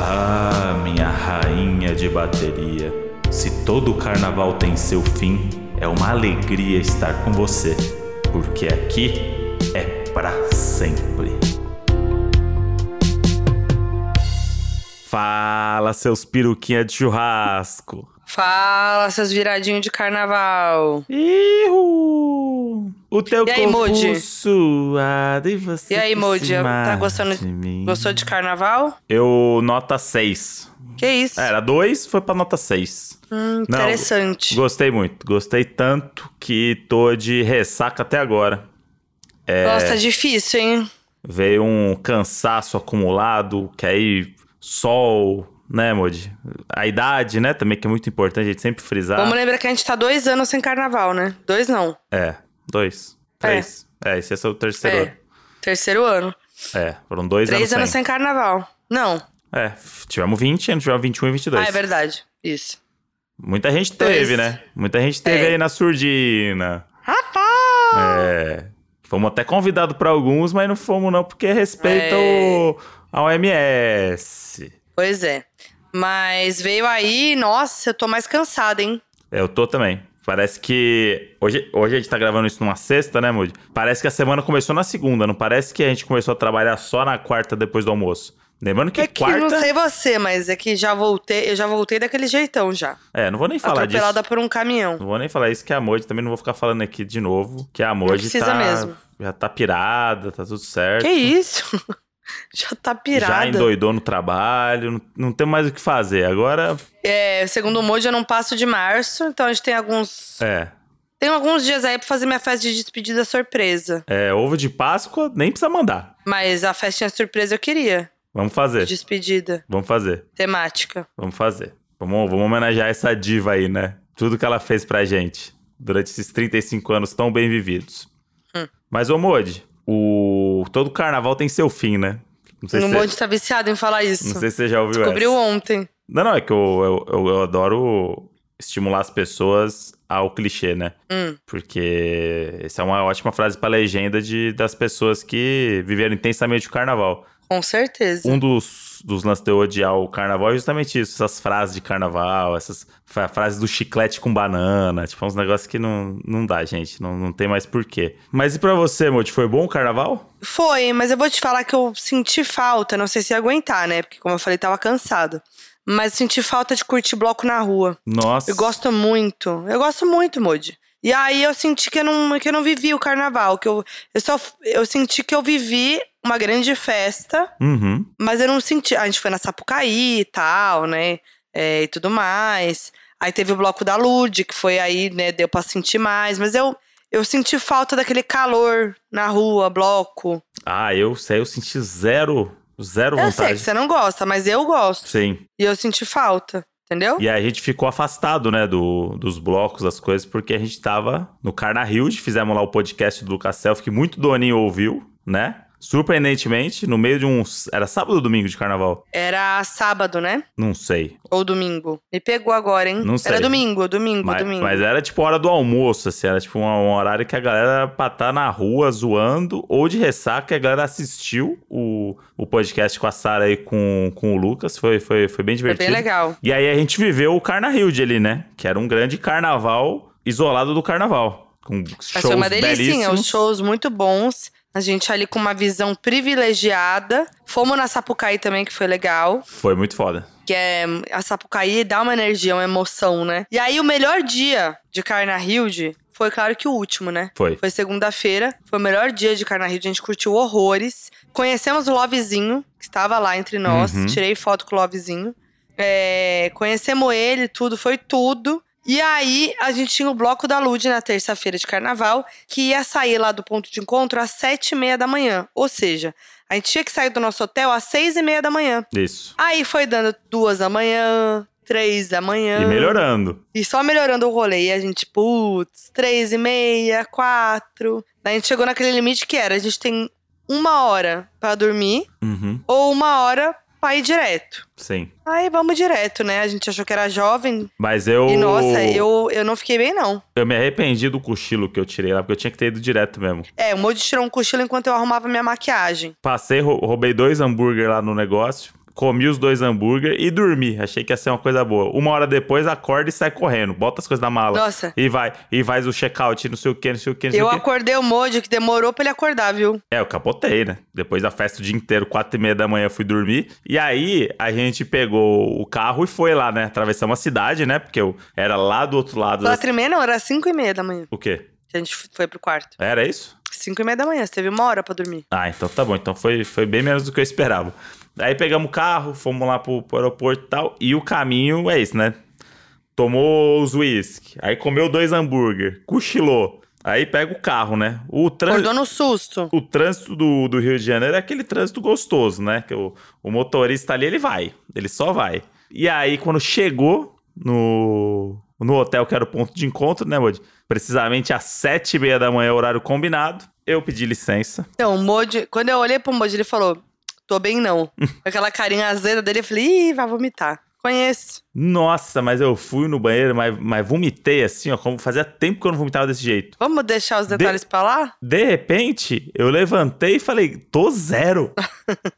Ah, minha rainha de bateria, se todo carnaval tem seu fim, é uma alegria estar com você, porque aqui é pra sempre. Fala, seus peruquinha de churrasco! Fala, seus viradinhos de carnaval. Ihu! O teu E aí, corpo Moody? suado e você. E aí, que Moody, se tá mata gostando- de mim. Gostou de carnaval? Eu, nota 6. Que isso? Era 2, foi pra nota 6. Hum, Não, interessante. Gostei muito. Gostei tanto que tô de ressaca até agora. é. Nossa, tá difícil, hein? Veio um cansaço acumulado, que aí sol, né, Moody? A idade, né, também que é muito importante a gente sempre frisar. Vamos lembrar que a gente tá dois anos sem carnaval, né? Dois não. É, dois, três. É, esse é o terceiro. É. Terceiro ano. É, foram dois Três anos anos sem carnaval. Não. É, f- tivemos 20, anos, tivemos 21 e 22. Ah, é verdade. Isso. Muita gente Dois. teve, né? Muita gente teve É. aí na surdina. Rapaz! É. Fomos até convidados pra alguns, mas não fomos não, porque respeita É. o, a OMS. Pois é. Mas veio aí, nossa, eu tô mais cansada, hein? É, Eu tô também. Parece que. Hoje, hoje a gente tá gravando isso numa sexta, né, Moody? Parece que a semana começou na segunda, não parece que a gente começou a trabalhar só na quarta depois do almoço. Lembrando que é que quarta. não sei você, mas é que já voltei, eu já voltei daquele jeitão já. É, não vou nem falar disso. atropelada por um caminhão. Não vou nem falar isso, que a Moji também não vou ficar falando aqui de novo. Que a Moji precisa tá, mesmo. já tá pirada, tá tudo certo. Que isso? já tá Já pirada. endoidou no trabalho, não, não tem mais o que fazer. Agora, É, segundo o Mojo, eu não passo de março, então a gente tem alguns. é. Tem alguns dias aí pra fazer minha festa de despedida surpresa. É, ovo de Páscoa, nem precisa mandar. Mas a festinha surpresa eu queria. Vamos fazer. de Despedida. Vamos fazer. Temática. Vamos fazer. Vamos, vamos homenagear essa diva aí, né? Tudo que ela fez pra gente durante esses 35 anos tão bem vividos. Hum. Mas, ô Moji, o... todo carnaval tem seu fim, né? Não sei, O se, você- Mojo tá viciado em falar isso. não sei se é. você já ouviu Descobriu essa. ontem. Não, não, é que eu, eu, eu, eu adoro estimular as pessoas ao clichê, né? Hum. Porque essa é uma ótima frase pra legenda de, das pessoas que viveram intensamente o carnaval. Com certeza. Um dos, dos lances de eu odiar o carnaval é justamente isso, essas frases de carnaval, essas fra- frases do chiclete com banana, tipo, uns negócios que não, não dá, gente, não, não tem mais porquê. Mas e pra você, Moti, foi bom o carnaval? Foi, mas eu vou te falar que eu senti falta, não sei se ia aguentar, né? Porque, como eu falei, tava cansado. Mas senti falta de curtir bloco na rua. Nossa. Eu gosto muito. Eu gosto muito, Moody. E aí eu senti que eu não, que eu não vivi o carnaval. Que eu, eu, só, eu senti que eu vivi uma grande festa, Uhum. mas eu não senti. A gente foi na Sapucaí e tal, né? É, e tudo mais. Aí teve o bloco da Lud, que foi aí, né? Deu pra sentir mais. Mas eu, eu senti falta daquele calor na rua, bloco. Ah, eu sei, eu senti zero, zero Eu sei vontade. que você não gosta, mas eu gosto. Sim. E eu senti falta, entendeu? E a gente ficou afastado, né, do, dos blocos, das coisas, porque a gente tava no Carna Hilde, fizemos lá o podcast do Lucas Self, que muito doninho ouviu, né? Surpreendentemente, no meio de uns. Era sábado ou domingo de carnaval? Era sábado, né? Não sei. Ou domingo? Me pegou agora, hein? Não sei. Era domingo, domingo, Mas, domingo. mas era tipo hora do almoço, assim, era tipo um, um horário que a galera era pra tá na rua zoando, ou de ressaca, e a galera assistiu o, o podcast com a Sara e com, com o Lucas. Foi, foi, foi bem Foi divertido. bem legal. E aí a gente viveu o Carna Hilde ali, né? Que era um grande carnaval isolado do carnaval. Com Mas shows foi uma delícia, hein? belíssimos. Os shows muito bons. A gente ali com uma visão privilegiada. Fomos na Sapucaí também, que foi legal. Foi muito foda. Que é a Sapucaí dá uma energia, uma emoção, né? E aí o melhor dia de Carnarhilde foi, claro que o último, né? Foi. Foi segunda-feira, foi o melhor dia de Carnarhilde, a gente curtiu horrores. Conhecemos o Lovezinho, que estava lá entre nós, Uhum. tirei foto com o Lovezinho. É, conhecemos ele, tudo, foi tudo. E aí, a gente tinha o Bloco da Lud na terça-feira de carnaval, que ia sair lá do ponto de encontro às sete e meia da manhã. Ou seja, a gente tinha que sair do nosso hotel às seis e meia da manhã. Isso. Aí foi dando duas da manhã, três da manhã. E melhorando. E só melhorando o rolê. E a gente, putz, três e meia, quatro. Daí a gente chegou naquele limite que era: a gente tem uma hora pra dormir Uhum. ou uma hora pra ir direto. Sim. Aí vamos direto, né? A gente achou que era jovem. Mas eu. E nossa, eu, eu não fiquei bem, não. Eu me arrependi do cochilo que eu tirei lá, porque eu tinha que ter ido direto mesmo. É, o Moody tirou um cochilo enquanto eu arrumava minha maquiagem. Passei, rou- roubei dois hambúrguer lá no negócio. comi os dois hambúrguer e dormi. Achei que ia ser uma coisa boa. Uma hora depois, acorda e sai correndo. Bota as coisas na mala. Nossa. E vai. E faz o check-out, não sei o que, não sei o que, não sei Eu o que. acordei o Mojo, que demorou pra ele acordar, viu? É, eu capotei, né? Depois da festa o dia inteiro, quatro e meia da manhã, eu fui dormir. E aí, a gente pegou o carro e foi lá, né? Atravessamos a cidade, né? Porque eu era lá do outro lado. Da... Quatro e meia não, era cinco e meia da manhã O quê? que a gente f- foi pro quarto. Era isso? Cinco e meia da manhã, você teve uma hora pra dormir. Ah, então tá bom. Então foi, foi bem menos do que eu esperava. Aí pegamos o carro, fomos lá pro, pro aeroporto e tal. E o caminho é isso, né? Tomou os uísque. Aí comeu dois hambúrguer. Cochilou. Aí pega o carro, né? O trânsito. Acordou no susto. O trânsito do, do Rio de Janeiro é aquele trânsito gostoso, né? Que o, o motorista ali, ele vai. Ele só vai. E aí, quando chegou no, no hotel, que era o ponto de encontro, né, Mod? Precisamente às sete e meia da manhã, horário combinado, eu pedi licença. Então, o Mojo, quando eu olhei pro Mojo, ele falou: tô bem não. Com aquela carinha azeda dele, eu falei: ih, vai vomitar. Conheço. Nossa, mas eu fui no banheiro, mas, mas vomitei assim, ó. Como fazia tempo que eu não vomitava desse jeito. Vamos deixar os detalhes pra lá? De repente, eu levantei e falei, tô zero.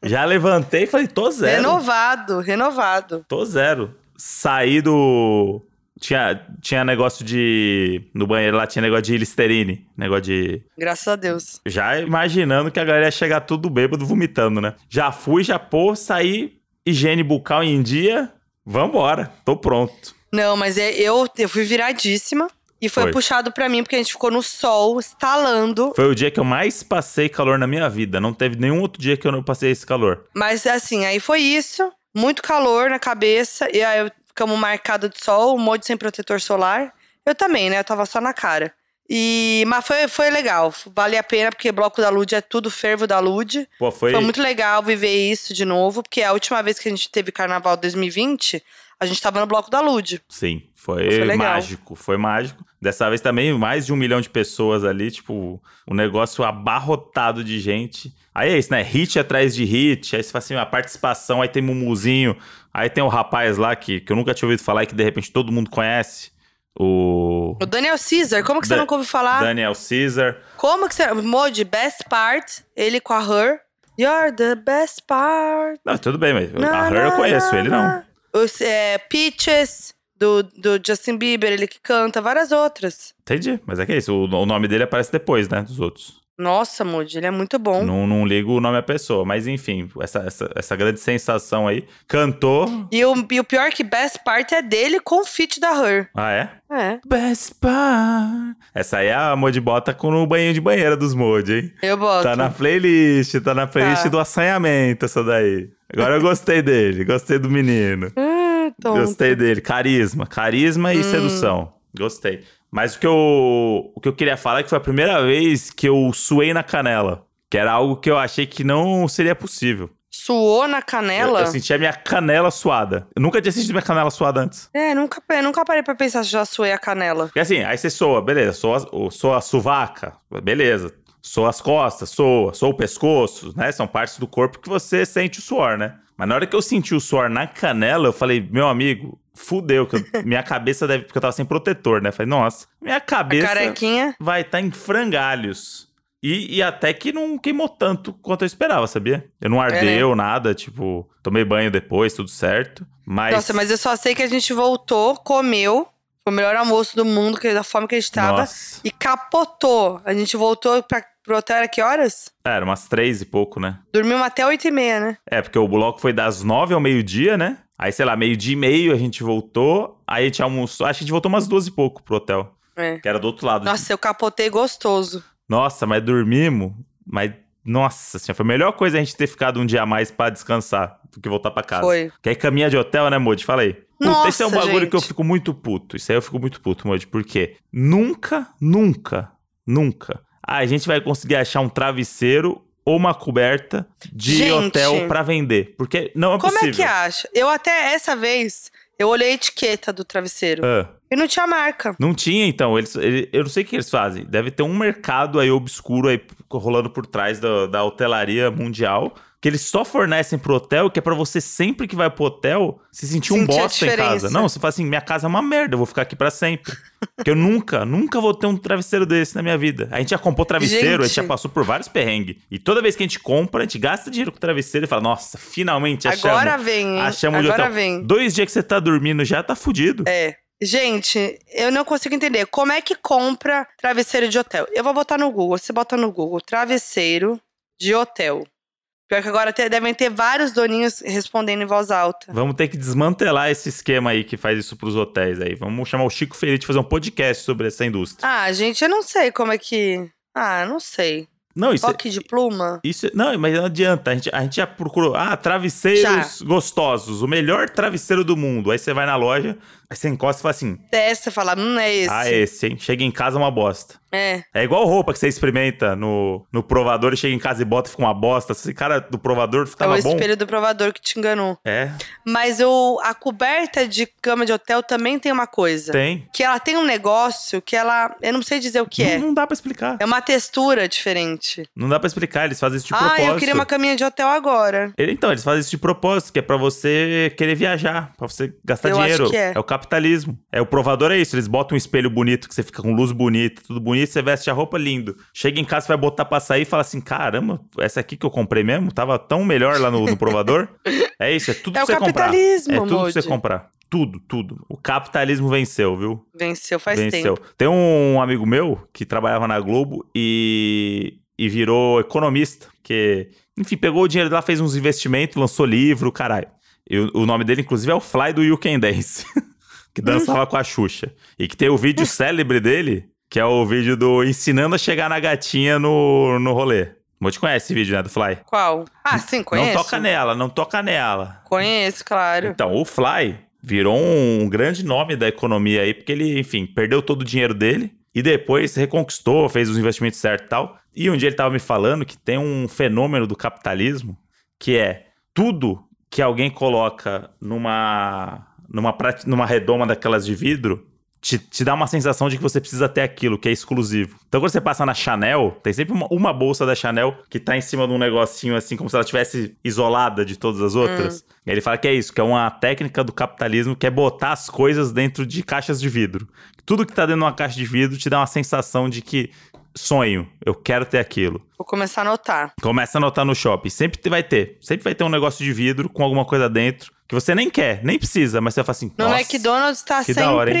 Já levantei e falei, tô zero. Renovado, renovado. Tô zero. Saí do. Tinha, tinha negócio de. No banheiro lá tinha negócio de Listerine. Negócio de. Graças a Deus. Já imaginando que a galera ia chegar tudo bêbado, vomitando, né? Já fui, já pô, saí, higiene bucal em dia. Vambora, tô pronto. Não, mas é- eu, eu fui viradíssima. E foi, Foi. puxado pra mim, porque a gente ficou no sol, estalando. Foi o dia que eu mais passei calor na minha vida. Não teve nenhum outro dia que eu não passei esse calor. Mas assim, aí foi isso. Muito calor na cabeça. E aí eu- ficamos marcado de sol, um monte sem protetor solar. Eu também, né? Eu tava só na cara. E, mas foi, foi legal, vale a pena, porque Bloco da Lude é tudo fervo da Lude. Pô, foi. Foi muito legal viver isso de novo, porque a última vez que a gente teve carnaval 2020, a gente tava no Bloco da Lude. Sim, foi, Foi legal. mágico, foi mágico. Dessa vez também mais de um milhão de pessoas ali, tipo, um negócio abarrotado de gente. Aí é isso, né? Hit atrás de hit, aí você faz assim, a participação, aí tem Mumuzinho, aí tem um rapaz lá que, que eu nunca tinha ouvido falar e que de repente todo mundo conhece, o O Daniel Caesar, como que você Da- nunca ouviu falar? Daniel Caesar. Como que você. Modi, best part, ele com a Her. You're the best part. Não, tudo bem, mas a Na, Her eu na, conheço, na, ele não. na. Os, é, Peaches, do, do Justin Bieber, ele que canta, várias outras. Entendi, mas é que é isso, o, o nome dele aparece depois, né, dos outros. Nossa, Moody, ele é muito bom. Não, não ligo o nome à pessoa, mas enfim, essa, essa, essa grande sensação aí. Cantou. E, o, e o pior que best part é dele com o feat da Her. Ah, é? É. Best Bar. Essa aí é a modibota com o banho de banheira dos mod, hein? Eu boto. Tá na playlist, tá na playlist Tá. do assanhamento essa daí. Agora eu gostei dele, gostei do menino. Hum, tonto. Hum. Gostei dele. Carisma, carisma e sedução. Gostei. Mas o que, eu, o que eu queria falar é que foi a primeira vez que eu suei na canela. Que era algo que eu achei que não seria possível. Suou na Eu, canela? eu senti a minha canela suada. Eu nunca tinha sentido minha canela suada antes. É, nunca, eu nunca parei pra pensar se já suei a canela. Porque assim, aí você soa, beleza, soa, o- soa a sovaca, beleza. Soa as costas, soa, soa o pescoço, né? São partes do corpo que você sente o suor, né? Mas na hora que eu senti o suor na canela, eu falei, meu amigo, fudeu, que eu- minha cabeça deve. Porque eu tava sem protetor, né? Falei, nossa, minha A é cabeça carequinha. vai estar em frangalhos. E, e até que não queimou tanto quanto eu esperava, sabia? Eu É, né? não ardeu nada, tipo, tomei banho depois, tudo certo. Mas. Nossa, mas eu só sei que a gente voltou, comeu. Foi o melhor almoço do mundo, que da forma que a gente tava. Nossa. E capotou. A gente voltou pra, pro hotel era que horas? É, Era umas três e pouco, né? Dormimos até oito e meia, né? É, porque o bloco foi das nove ao meio-dia, né? Aí, sei lá, meio-dia e meio a gente voltou. Aí a gente almoçou. Acho que a gente voltou umas duas e pouco pro hotel, É. que era do outro lado. Nossa, eu capotei gostoso. Nossa, mas dormimos. Mas, nossa senhora, foi a melhor coisa a gente ter ficado um dia a mais pra descansar do que voltar pra casa. Foi. Que aí caminha de hotel, né, Modi? Fala aí. Puta, Nossa, esse é um bagulho gente. que eu fico muito puto. Isso aí eu fico muito puto, Modi. Por quê? Nunca, nunca, nunca a gente vai conseguir achar um travesseiro ou uma coberta de Gente. hotel pra vender. Porque não é Como possível. é que acha? Eu até essa vez, eu olhei a etiqueta do travesseiro. Ah, E não tinha marca. não tinha, então. Eles, ele- eu não sei o que eles fazem. Deve ter um mercado aí obscuro aí rolando por trás da, da hotelaria mundial que eles só fornecem pro hotel, que é pra você sempre que vai pro hotel se sentir um Sentir a bosta em casa. diferença. Não, você fala assim, minha casa é uma merda, eu vou ficar aqui pra sempre. Porque eu nunca, nunca vou ter um travesseiro desse na minha vida. A gente já comprou travesseiro, a gente já Gente. passou por vários perrengues. E toda vez que a gente compra, a gente gasta dinheiro com travesseiro e fala, nossa, finalmente achamos. Agora vem, hein? achamos de Agora hotel. vem. Dois dias que você tá dormindo já tá fudido. É. Gente, eu não consigo entender. Como é que compra travesseiro de hotel? Eu vou botar no Google. Você bota no Google travesseiro de hotel. Pior que agora te- devem ter vários doninhos respondendo em voz alta. Vamos ter que desmantelar esse esquema aí que faz isso pros hotéis aí. Vamos chamar o Chico Feliz de fazer um podcast sobre essa indústria. Ah, gente, eu não sei como é que. Ah, não sei. Não, isso, é Toque de pluma? isso é, não, mas não adianta. A gente, a gente já procurou. Ah, travesseiros gostosos. O melhor travesseiro do mundo. Aí você vai na loja, aí você encosta e fala assim: Desce e fala, não é esse. Ah, esse, hein? Chega em casa uma bosta. É. É igual roupa que você experimenta no, no provador e chega em casa e bota e fica uma bosta. Esse cara do provador É o ficava bom. espelho do provador que te enganou. É, Mas eu, a coberta de cama de hotel também tem uma coisa. tem. Que ela tem um negócio que ela. Eu não sei dizer o que não, é. não dá pra explicar. É uma textura diferente. Não dá pra explicar. Eles fazem isso de Ah, propósito. eu queria uma caminha de hotel agora. Ele- Então, eles fazem isso de propósito, que é pra você querer viajar, pra você gastar Eu acho dinheiro. que é. o capitalismo. É o provador é isso, eles botam um espelho bonito que você fica com luz bonita, tudo bonito, você veste a roupa lindo. Chega em casa, vai botar pra sair e fala assim: "Caramba, essa aqui que eu comprei mesmo tava tão melhor lá no, no provador". é isso, é tudo É pra o você comprar. capitalismo, É tudo pra você Moody. comprar. Tudo, tudo. O capitalismo venceu, viu? Venceu faz Venceu. tempo. Tem um amigo meu que trabalhava na Globo e, e virou economista, que, enfim, pegou o dinheiro dela, fez uns investimentos, lançou livro, caralho. E o, o nome dele, inclusive, é o Fly do You Can Dance, que Uhum. dançava com a Xuxa. E que tem o vídeo célebre dele, que é o vídeo do ensinando a chegar na gatinha no, no rolê. Você conhece esse vídeo, né, do Fly? Qual? Ah, sim, conheço. Não toca nela, não toca nela. Conheço, claro. Então, o Fly virou um grande nome da economia aí, porque ele, enfim, perdeu todo o dinheiro dele e depois reconquistou, fez os investimentos certos e tal. E um dia ele tava me falando que tem um fenômeno do capitalismo que é tudo que alguém coloca numa numa, prate- numa redoma daquelas de vidro te, te dá uma sensação de que você precisa ter aquilo, que é exclusivo. Então, quando você passa na Chanel, tem sempre uma, uma bolsa da Chanel que tá em cima de um negocinho assim, como se ela estivesse isolada de todas as outras. E aí ele fala que é isso, que é uma técnica do capitalismo, que é botar as coisas dentro de caixas de vidro. Tudo que tá dentro de uma caixa de vidro te dá uma sensação de que sonho, eu quero ter aquilo. Vou começar a anotar. Começa a anotar no shopping. Sempre te- vai ter. Sempre vai ter um negócio de vidro com alguma coisa dentro que você nem quer, nem precisa, mas você fala assim. No Nossa, McDonald's tá que sempre. da hora,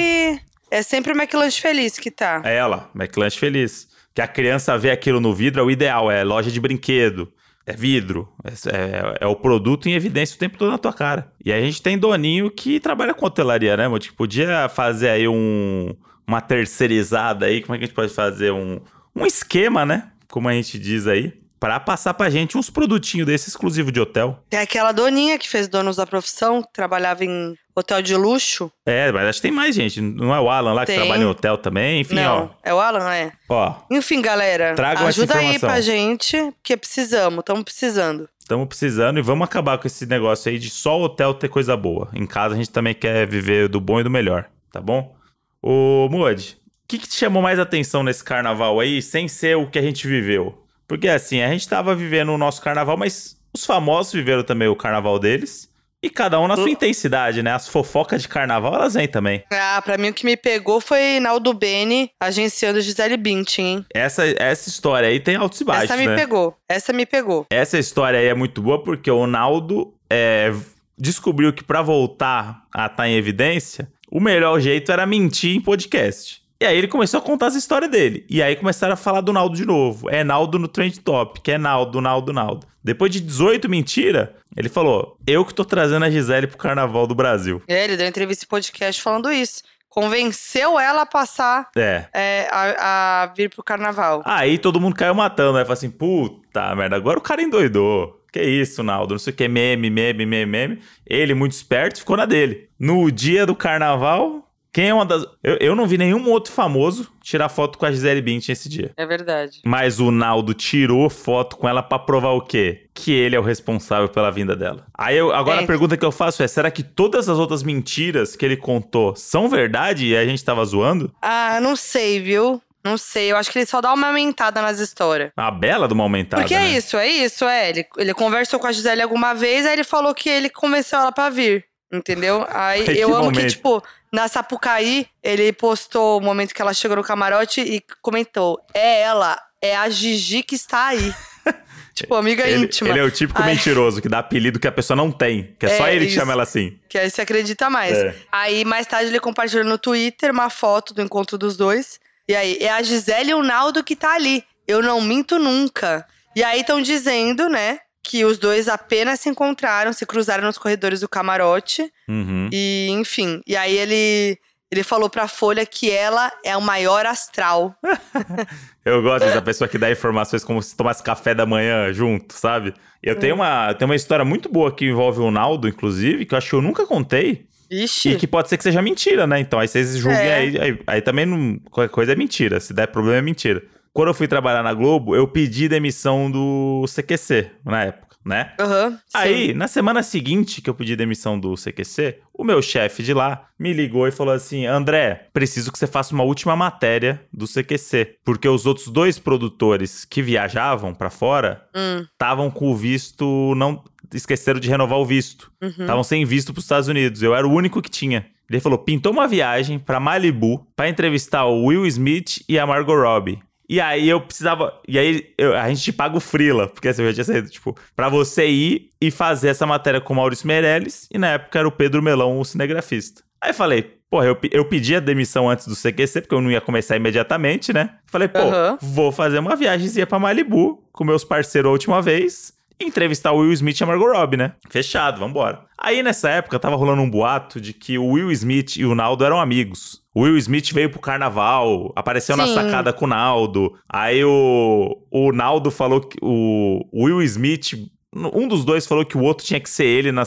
é sempre o McLanche Feliz que tá. É ela, McLanche feliz. Que a criança vê aquilo no vidro é o ideal, é loja de brinquedo. É vidro, é, é- é o produto em evidência o tempo todo na tua cara. E a gente tem Doninho que trabalha com hotelaria, né, Moti? Podia fazer aí um, uma terceirizada aí, como é que a gente pode fazer um, um esquema, né? Como a gente diz aí, pra passar pra gente uns produtinhos desse exclusivo de hotel. Tem aquela doninha que fez donos da profissão, que trabalhava em hotel de luxo. É, mas acho que tem mais gente. Não é o Alan lá que Tem. trabalha em hotel também? Enfim, não, é o Alan, é. ó. Ó, Enfim, galera, Tragam essa ajuda aí informação. pra gente, porque precisamos, estamos precisando. estamos precisando e vamos acabar com esse negócio aí de só hotel ter coisa boa. Em casa a gente também quer viver do bom e do melhor, tá bom? Ô, Moody, o que, que te chamou mais atenção nesse carnaval aí, sem ser o que a gente viveu? Porque assim, a gente tava vivendo o nosso carnaval, mas os famosos viveram também o carnaval deles. E cada um na sua Hum. intensidade, né? As fofocas de carnaval, elas vêm também. Ah, pra mim o que me pegou foi Naldo Bene agenciando Gisele Bündchen, hein? Essa, essa história aí tem altos e baixos, Essa me né? pegou. Essa me pegou. Essa história aí é muito boa porque o Naldo é, descobriu que pra voltar a estar em evidência, o melhor jeito era mentir em podcast. E aí ele começou a contar as histórias dele. E aí começaram a falar do Naldo de novo. É Naldo no Trend Top, que é Naldo, Naldo, Naldo. Depois de 18 mentira, ele falou: Eu que tô trazendo a Gisele pro carnaval do Brasil. É, Ele deu entrevista e podcast falando isso. Convenceu ela a passar É. é, a, a vir pro carnaval. Ah, Aí todo mundo caiu matando, aí fala assim, puta merda, agora o cara endoidou. Que isso, Naldo, não sei o que, meme, meme, meme, meme. Ele, muito esperto, ficou na dele. No dia do carnaval, quem é uma das... Eu, eu não vi nenhum outro famoso tirar foto com a Gisele Bündchen esse dia. É verdade. Mas o Naldo tirou foto com ela pra provar o quê? Que ele é o responsável pela vinda dela. Aí eu, agora É. a pergunta que eu faço é, será que todas as outras mentiras que ele contou são verdade e a gente tava zoando? Ah, não sei, viu? Não sei, eu acho que ele só dá uma aumentada nas histórias. A bela de uma aumentada. Porque é né? isso, é isso, é. Ele, ele conversou com a Gisele alguma vez, aí ele falou que ele convenceu ela pra vir. Entendeu? Aí Ai, que eu amo que, momento. tipo, na Sapucaí, ele postou o momento que ela chegou no camarote e comentou: É ela, é a Gigi que está aí. tipo, amiga Ele, íntima. ele é o típico Ai. mentiroso que dá apelido que a pessoa não tem. Que é, É, só ele que isso. chama ela assim. Que aí você acredita mais. É. Aí, mais tarde, ele compartilhou no Twitter uma foto do encontro dos dois. E aí, é a Gisele e o Naldo que tá ali. Eu não minto nunca. E aí, estão dizendo, né, que os dois apenas se encontraram, se cruzaram nos corredores do camarote. Uhum. E, enfim. E aí, ele, ele falou pra Folha que ela é o maior astral. Eu gosto dessa pessoa que dá informações como se tomasse café da manhã junto, sabe? Eu tenho, uma, tenho uma história muito boa que envolve o Naldo, inclusive, que eu acho que eu nunca contei. E Vixe. que pode ser que seja mentira, né? Então, aí vocês julguem É. aí, aí. aí também não, qualquer coisa é mentira. Se der problema, é mentira. Quando eu fui trabalhar na Globo, eu pedi demissão do CQC na época, né? Aham. sim. Aí, na semana seguinte que eu pedi demissão do CQC, o meu chefe de lá me ligou e falou assim: André, preciso que você faça uma última matéria do CQC. Porque os outros dois produtores que viajavam pra fora Hum, estavam com o visto. não Esqueceram de renovar o visto. uhum. Estavam sem visto para os Estados Unidos. Eu era o único que tinha. Ele falou: pintou uma viagem para Malibu para entrevistar o Will Smith e a Margot Robbie. E aí eu precisava. E aí eu- a gente paga o Frila, porque assim, eu já tinha saído, tipo, pra você ir e fazer essa matéria com o Maurício Meirelles, e na época era o Pedro Melão, o cinegrafista. Aí eu falei, porra, eu, pe- eu pedi a demissão antes do CQC, porque eu não ia começar imediatamente, né? Falei, pô, Aham. vou fazer uma viagemzinha pra Malibu com meus parceiros a última vez entrevistar o Will Smith e a Margot Robbie, né? Fechado, vambora. Aí nessa época tava rolando um boato de que o Will Smith e o Naldo eram amigos. O Will Smith veio pro carnaval, apareceu na Sim. sacada com o Naldo. Aí o, o Naldo falou que o, o Will Smith. Um dos dois falou que o outro tinha que ser ele na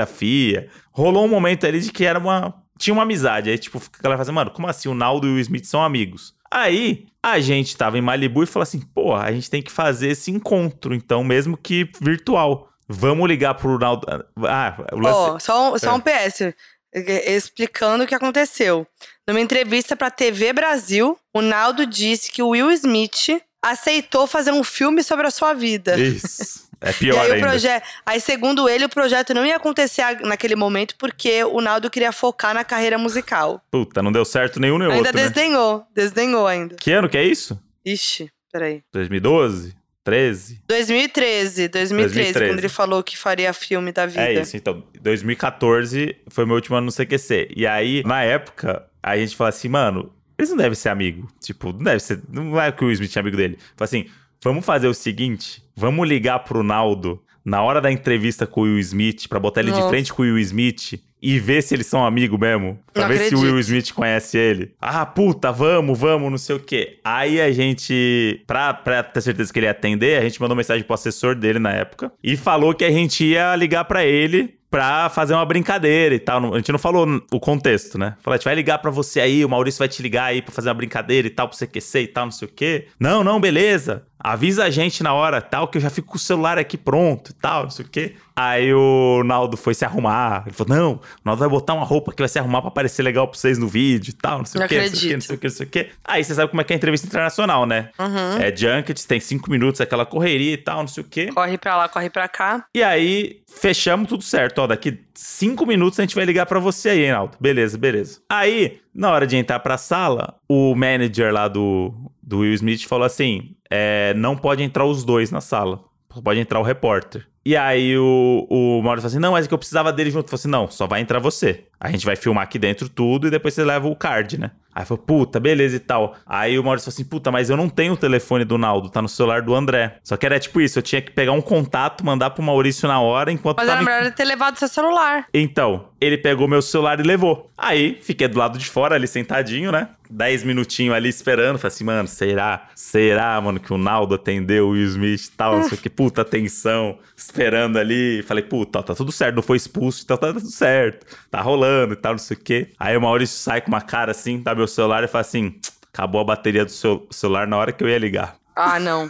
cinebiografia. Rolou um momento ali de que era uma. Tinha uma amizade. Aí, tipo, a galera fala assim, mano, como assim o Naldo e o Will Smith são amigos? Aí, a gente tava em Malibu e falou assim, porra, a gente tem que fazer esse encontro, então, mesmo que virtual. Vamos ligar pro Naldo. Ah, o lance. Ó, só, um- só É. um PS. eh, Explicando o que aconteceu. Numa entrevista pra TV Brasil, o Naldo disse que o Will Smith aceitou fazer um filme sobre a sua vida. Isso. É E pior aí, o ainda. proje- aí, segundo ele, o projeto não ia acontecer a- naquele momento porque o Naldo queria focar na carreira musical. Puta, não deu certo nenhum nem ainda outro. né? desdenhou, desdenhou ainda. Que ano que é isso? Ixi, peraí. 2012? 13? 2013, 2013, 2013. quando ele falou que faria filme da vida. É isso, então. 2014 foi meu último ano no CQC. E aí, na época, a gente fala assim, mano, eles não devem ser amigo. Tipo, não deve ser. Não é que o Will Smith é amigo dele. Fala assim, vamos fazer o seguinte: vamos ligar pro Naldo na hora da entrevista com o Will Smith, pra botar ele de Nossa. frente com o Will Smith. E ver se eles são amigos mesmo. Pra Não ver se o acredito. Will Smith conhece ele. Ah, puta, vamos, vamos, não sei o quê. Aí a gente, pra, pra ter certeza que ele ia atender, a gente mandou mensagem pro assessor dele na época e falou que a gente ia ligar pra ele pra fazer uma brincadeira e tal. A gente não falou o contexto, né? Falou, a gente vai ligar pra você aí, o Maurício vai te ligar aí pra fazer uma brincadeira e tal, pra você aquecer e tal, não sei o quê. Não, não, beleza. Avisa a gente na hora tal, que eu já fico com o celular aqui pronto e tal, não sei o quê. Aí o Naldo foi se arrumar. Ele falou: Não, o Naldo vai botar uma roupa que vai se arrumar pra parecer legal pra vocês no vídeo e tal, não sei o Não quê, não sei o quê, não sei o quê, não sei o quê. Aí você sabe como é que é a entrevista internacional, né? Uhum. É junkets, tem cinco minutos, aquela correria e tal, não sei o quê. Corre pra lá, corre pra cá. E aí, fechamos tudo certo. Ó, daqui cinco minutos a gente vai ligar pra você aí, Reinaldo. Beleza, beleza. Aí, na hora de entrar pra sala, o manager lá do, do Will Smith falou assim: é, não pode entrar os dois na sala. Só pode entrar o repórter. E aí o, o Maurício falou assim: não, mas é que eu precisava dele junto. Eu falei assim: não, só vai entrar você. A gente vai filmar aqui dentro tudo e depois você leva o card, né? Aí falou, puta, beleza e tal. Aí o Maurício falou assim: puta, mas eu não tenho o telefone do Naldo, tá no celular do André. Só que era tipo isso: eu tinha que pegar um contato, mandar pro Maurício na hora, enquanto Mas tava. era em- melhor ele ter levado seu celular. Então, ele pegou meu celular e levou. Aí, fiquei do lado de fora ali, sentadinho, né? Dez minutinhos ali esperando. Falei assim, mano, será? Será, mano, que o Naldo atendeu o Will Smith e tal? Não sei o que, puta tensão. Esperando ali. Falei, puta, tá tudo certo, não foi expulso, então tá tudo certo. Tá rolando e tal, não sei o que. Aí o Maurício sai com uma cara assim, dá meu celular e fala assim... Acabou a bateria do seu celular na hora que eu ia ligar. Ah, não.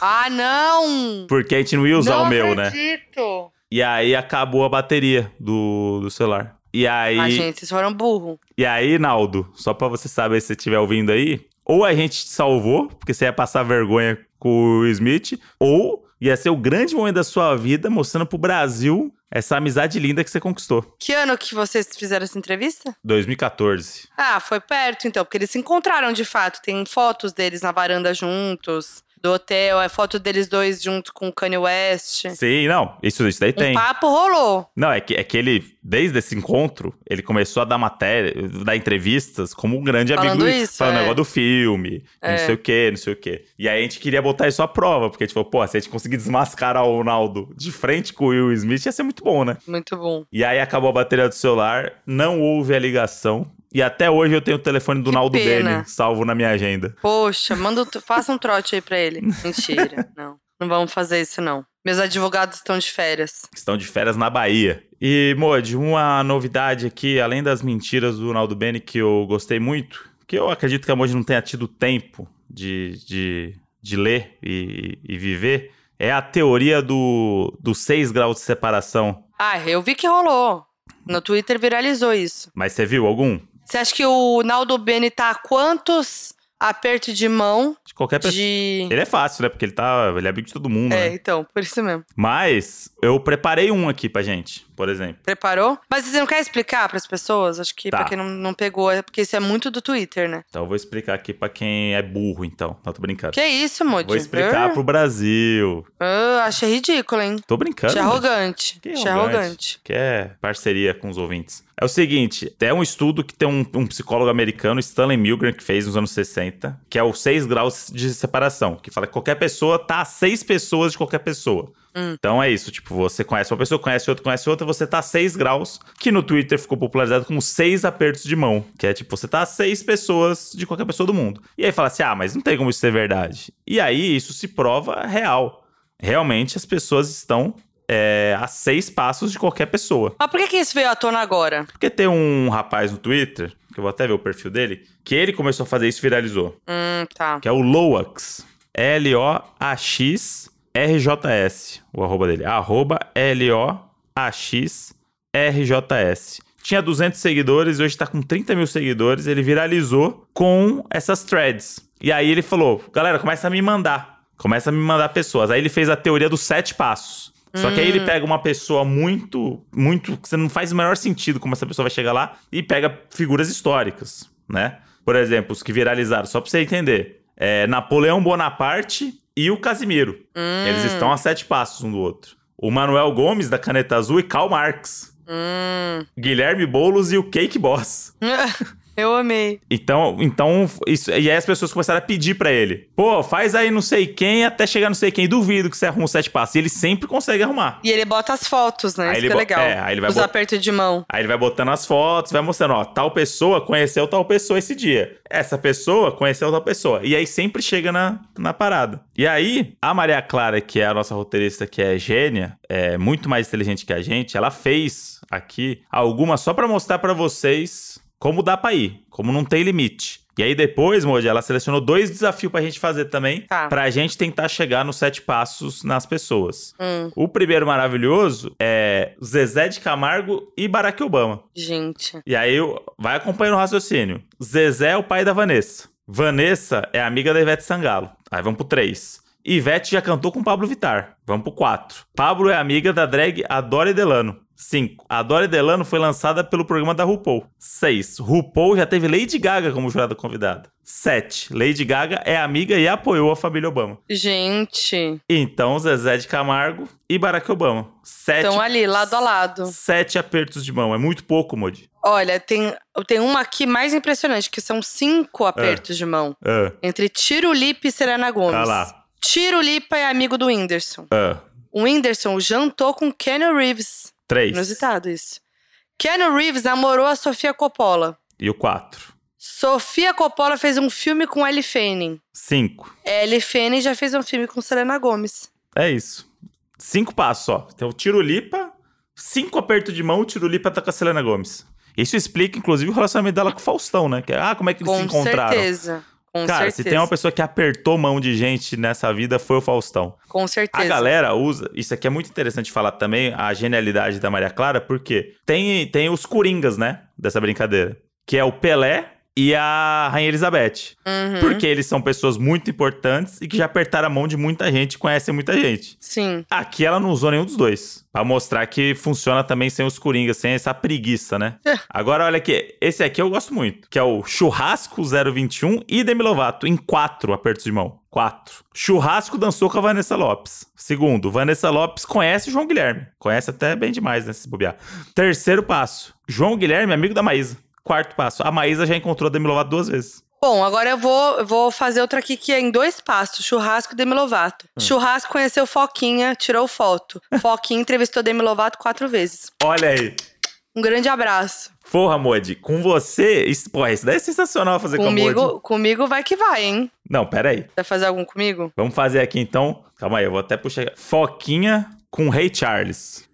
ah, não! Porque a gente não ia usar não o meu, né? acredito. E aí acabou a bateria do, do celular. E aí. Ah, gente, vocês foram burro. E aí, Naldo, só pra você saber se você estiver ouvindo aí, Ou a gente te salvou, porque você ia passar vergonha com o Smith, ou ia ser o grande momento da sua vida mostrando pro Brasil essa amizade linda que você conquistou. Que ano que vocês fizeram essa entrevista? 2014. Ah, foi perto então, porque eles se encontraram de fato. Tem fotos deles na varanda juntos, do hotel, é foto deles dois junto com o Kanye West. Sim, não, isso, isso daí tem. É. Um papo rolou. Não, é que, é que ele, desde esse encontro, ele começou a dar matéria, dar entrevistas como um grande Falando amigo. isso, falando é. negócio do filme, É. não sei o quê, não sei o quê. E aí a gente queria botar isso à prova, porque a gente falou, pô, se a gente conseguir desmascarar o Ronaldo de frente com o Will Smith, ia ser muito bom, né? Muito bom. E aí acabou a bateria do celular, não houve a ligação. E até hoje eu tenho o telefone do Que Naldo pena. Bene salvo na minha agenda. Poxa, manda, um- faça um trote aí pra ele. Mentira, não. Não vamos fazer isso, não. Meus advogados estão de férias. que estão de férias na Bahia. E, Mod, uma novidade aqui, além das mentiras do Naldo Bene, que eu gostei muito, que eu acredito que a Mod não tenha tido tempo de, de, de ler e, e viver, é a teoria do, dos seis graus de separação. Ah, eu vi que rolou. No Twitter viralizou isso. Mas você viu algum? Você acha que o Naldo Bene tá a quantos aperto de mão De qualquer pessoa. de. Ele é fácil, né? Porque ele, tá, ele é amigo de todo mundo, É, né? então, por isso mesmo. Mas eu preparei um aqui pra gente, por exemplo. Preparou? Mas você não quer explicar pras pessoas? Acho que Tá. pra quem não, não pegou, é porque isso é muito do Twitter, né? Então eu vou explicar aqui pra quem é burro, então. Não, tô brincando. Que isso, Moody? Vou explicar Ah, pro Brasil. ah, achei ridículo, hein? Tô brincando. Achei Mod. arrogante. Que Achei arrogante. arrogante. que é parceria com os ouvintes. É o seguinte, é um estudo que tem um, um psicólogo americano, Stanley Milgram, que fez nos anos 60, que é o 6 graus de separação, que fala que qualquer pessoa tá a 6 pessoas de qualquer pessoa. Hum. Então é isso, tipo, você conhece uma pessoa, conhece outra, conhece outra, você tá a 6 graus, que no Twitter ficou popularizado como 6 apertos de mão, que é tipo, você tá a 6 pessoas de qualquer pessoa do mundo. E aí fala assim, ah, mas não tem como isso ser verdade. E aí isso se prova real. Realmente as pessoas estão é, a seis passos de qualquer pessoa. Mas por que, que isso veio à tona agora? Porque tem um rapaz no Twitter, que eu vou até ver o perfil dele, que ele começou a fazer isso e viralizou. Hum, tá. Que é o Loax. L-O-A-X-R-J-S. O arroba dele. Arroba L-O-A-X-R-J-S. Tinha 200 seguidores, hoje tá com 30 mil seguidores. Ele viralizou com essas threads. E aí ele falou, galera, começa a me mandar. Começa a me mandar pessoas. Aí ele fez a teoria dos sete passos. Só que aí ele pega uma pessoa muito, muito. que você não faz o menor sentido como essa pessoa vai chegar lá e pega figuras históricas, né? Por exemplo, os que viralizaram, só pra você entender: é Napoleão Bonaparte e o Casimiro. Hum, Eles estão a sete passos um do outro. O Manuel Gomes, da Caneta Azul, e Karl Marx. Hum. Guilherme Boulos e o Cake Boss. Eu amei. Então, então isso, e aí as pessoas começaram a pedir pra ele: pô, faz aí não sei quem até chegar não sei quem. Duvido que você arruma os sete passos. E ele sempre consegue arrumar. E ele bota as fotos, né? Aí ele Isso que é bo- legal. é, aí ele vai Os bot- apertos de mão. Aí ele vai botando as fotos, vai mostrando, ó, tal pessoa conheceu tal pessoa esse dia. Essa pessoa conheceu tal pessoa. E aí sempre chega na, na parada. E aí, a Maria Clara, que é a nossa roteirista, que é gênia, é muito mais inteligente que a gente, ela fez aqui algumas só pra mostrar pra vocês como dá pra ir, como não tem limite. E aí depois, Moji, ela selecionou dois desafios pra gente fazer também, Tá. pra gente tentar chegar nos sete passos nas pessoas. Hum, O primeiro maravilhoso é Zezé de Camargo e Barack Obama. gente. E aí, eu- vai acompanhando o raciocínio. Zezé é o pai da Vanessa. Vanessa é amiga da Ivete Sangalo. Aí vamos pro 3. Ivete já cantou com Pablo Vittar. Vamos pro 4. Pablo é amiga da drag Adora Delano. 5. Adora Delano foi lançada pelo programa da RuPaul. 6. RuPaul já teve Lady Gaga como jurada convidada. 7. Lady Gaga é amiga e apoiou a família Obama. Gente. Então, Zezé de Camargo e Barack Obama. 7 Estão ali, lado a lado. sete apertos de mão. É muito pouco, Modi. Olha, tem, tem uma aqui mais impressionante, que são cinco É. apertos de mão. Ah, Entre Tiro Lipa e Serena Gomes. tá lá. Tiro Lipa é amigo do Whindersson. Ah. O Whindersson jantou com Keanu Reeves. Três. Inusitado isso. Keanu Reeves namorou a Sofia Coppola. E o quatro. Sofia Coppola fez um filme com Ellie Fanning. Cinco. Ellie Fanning já fez um filme com Selena Gomes. É isso. Cinco passos só. Então, tiro lipa, cinco apertos de mão, tiro lipa tá com a Selena Gomes. Isso explica, inclusive, o relacionamento dela com o Faustão, né? Que, ah, como é que eles se Com encontraram? certeza. Com Cara, certeza. se tem uma pessoa que apertou mão de gente nessa vida, foi o Faustão. Com A certeza. galera usa, isso aqui é muito interessante falar também, a genialidade da Maria Clara, porque tem, tem os coringas, né? Dessa brincadeira. Que é o Pelé e a Rainha Elizabeth. Uhum. Porque eles são pessoas muito importantes e que já apertaram a mão de muita gente, conhecem muita gente. Sim. Aqui ela não usou nenhum dos dois. Pra mostrar que funciona também sem os coringas, sem essa preguiça, né? É. Agora, olha aqui. Esse aqui eu gosto muito. Que é o Churrasco 021 e Demi Lovato. Em quatro apertos de mão. Quatro. Churrasco dançou com a Vanessa Lopes. Segundo, Vanessa Lopes conhece o João Guilherme. Conhece até bem demais, né? Se bobear. Terceiro passo. João Guilherme, é amigo da Maísa. Quarto passo. A Maísa já encontrou a Demi Lovato duas vezes. Bom, agora eu vou, eu vou fazer outra aqui que é em dois passos: churrasco e Demi Lovato. Hum. Churrasco conheceu Foquinha, tirou foto. Foquinha entrevistou Demi Lovato quatro vezes. Olha aí. Um grande abraço. Porra, Modi, com você. Isso, porra, isso daí é sensacional fazer com a Modi. Comigo, comigo vai que vai, hein? Não, peraí. Vai fazer algum comigo? Vamos fazer aqui então. Calma aí, eu vou até puxar. aqui. Foquinha com Rei Charles.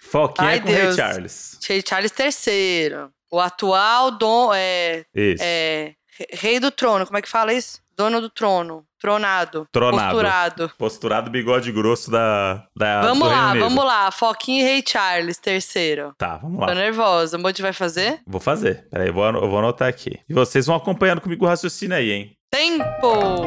Foquinha Ai, com Rei Deus. Charles. Che- Charles III. O atual dom é, Isso. é, re- rei do trono. Como é que fala isso? Dono do trono. Tronado. Tronado. Posturado. Posturado bigode grosso da. da do vamos Reino lá, Unido. vamos lá. Foquinha e Rei Charles III. Tá, vamos Tô lá. nervosa. O Moody vai fazer? Vou fazer. Peraí, eu vou, ano- eu vou anotar aqui. E vocês vão acompanhando comigo o raciocínio aí, hein? Tempo!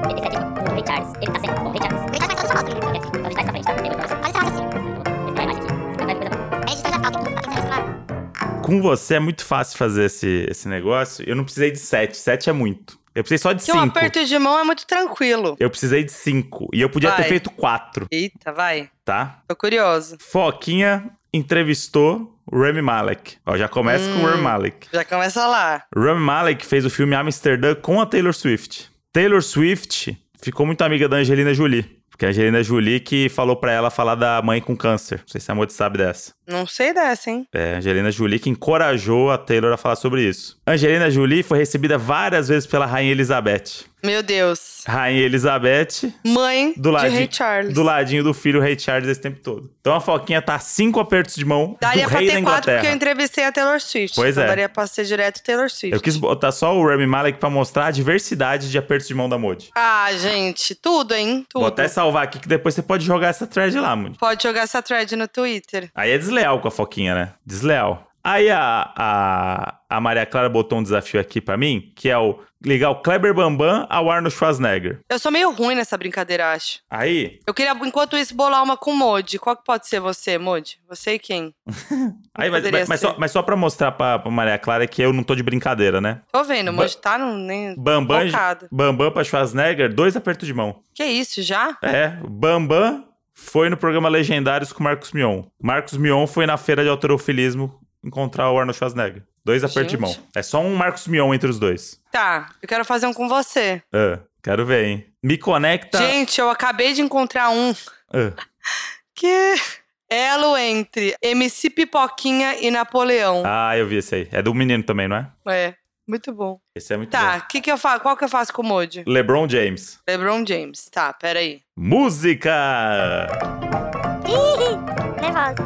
Ele está aqui com o Ray Charles. Ele está sempre com o Ray Charles. Ray Charles vai todos nós. Então a gente vai pra frente, tá? Tem muito pra você. Olha esse raciocínio. Esse vai mais aqui. Então, Vai coisa boa. A editora já falta. Tá pensando nisso, Com você é muito fácil fazer esse, esse negócio. Eu não precisei de sete. Sete é muito. Eu precisei só de Que cinco. um aperto de mão é muito tranquilo. Eu precisei de cinco. E eu podia ter Vai. feito quatro, Eita, vai. tá? Tô curioso. Foquinha entrevistou Rami Malek. Ó, já começa Hum. com o Rami Malek. Já começa lá. Rami Malek fez o filme Amsterdã com a Taylor Swift. Taylor Swift ficou muito amiga da Angelina Jolie. Porque é a Angelina Jolie que falou pra ela falar da mãe com câncer. Não sei se a Modi sabe dessa. Não sei dessa, hein? É, Angelina Jolie que encorajou a Taylor a falar sobre isso. Angelina Jolie foi recebida várias vezes pela Rainha Elizabeth. Meu Deus. Rainha Elizabeth Mãe do de ladinho, Rei Charles. do ladinho do filho Rei Charles esse tempo todo. Então a Foquinha tá cinco apertos de mão Daria do pra rei da ter quatro Inglaterra. porque eu entrevistei a Taylor Swift. Pois então é. Daria pra ser direto Taylor Swift. Eu quis botar só o Rami Malek pra mostrar a diversidade de apertos de mão da Modi. Ah, gente, tudo, hein? Tudo. Vou até salvar aqui que depois você pode jogar essa thread lá, Modi. Pode jogar essa thread no Twitter. Aí é desleal com a Foquinha, né? Desleal. Aí a, a, a Maria Clara botou um desafio aqui pra mim, que é o ligar o Kleber Bambam ao Arnold Schwarzenegger. Eu sou meio ruim nessa brincadeira, acho. Aí, Eu queria, enquanto isso, bolar uma com o Modi. Qual que pode ser você, Modi? Você e quem? aí mas, Poderia mas- mas ser. só, mas só pra mostrar pra, pra Maria Clara que eu não tô de brincadeira, né? Tô vendo, o Modi tá num, nem... Bambam, Focado. Bambam pra Schwarzenegger, dois apertos de mão. Que isso, já? É, Bambam foi no programa Legendários com Marcos Mion. Marcos Mion foi na feira de alterofilismo encontrar o Arnold Schwarzenegger. Dois apertos de mão. Gente. É só um Marcos Mion entre os dois. Tá, eu quero fazer um com você. Ah, quero ver, hein? Me conecta. Gente, eu acabei de encontrar um Ah, que é elo entre MC Pipoquinha e Napoleão. Ah, eu vi esse aí. É do menino também, não é? É, muito bom. Esse é muito Tá, que que eu fa... qual que eu faço com o Modi? bom. LeBron James. LeBron James. Tá, peraí. Música! Nervosa.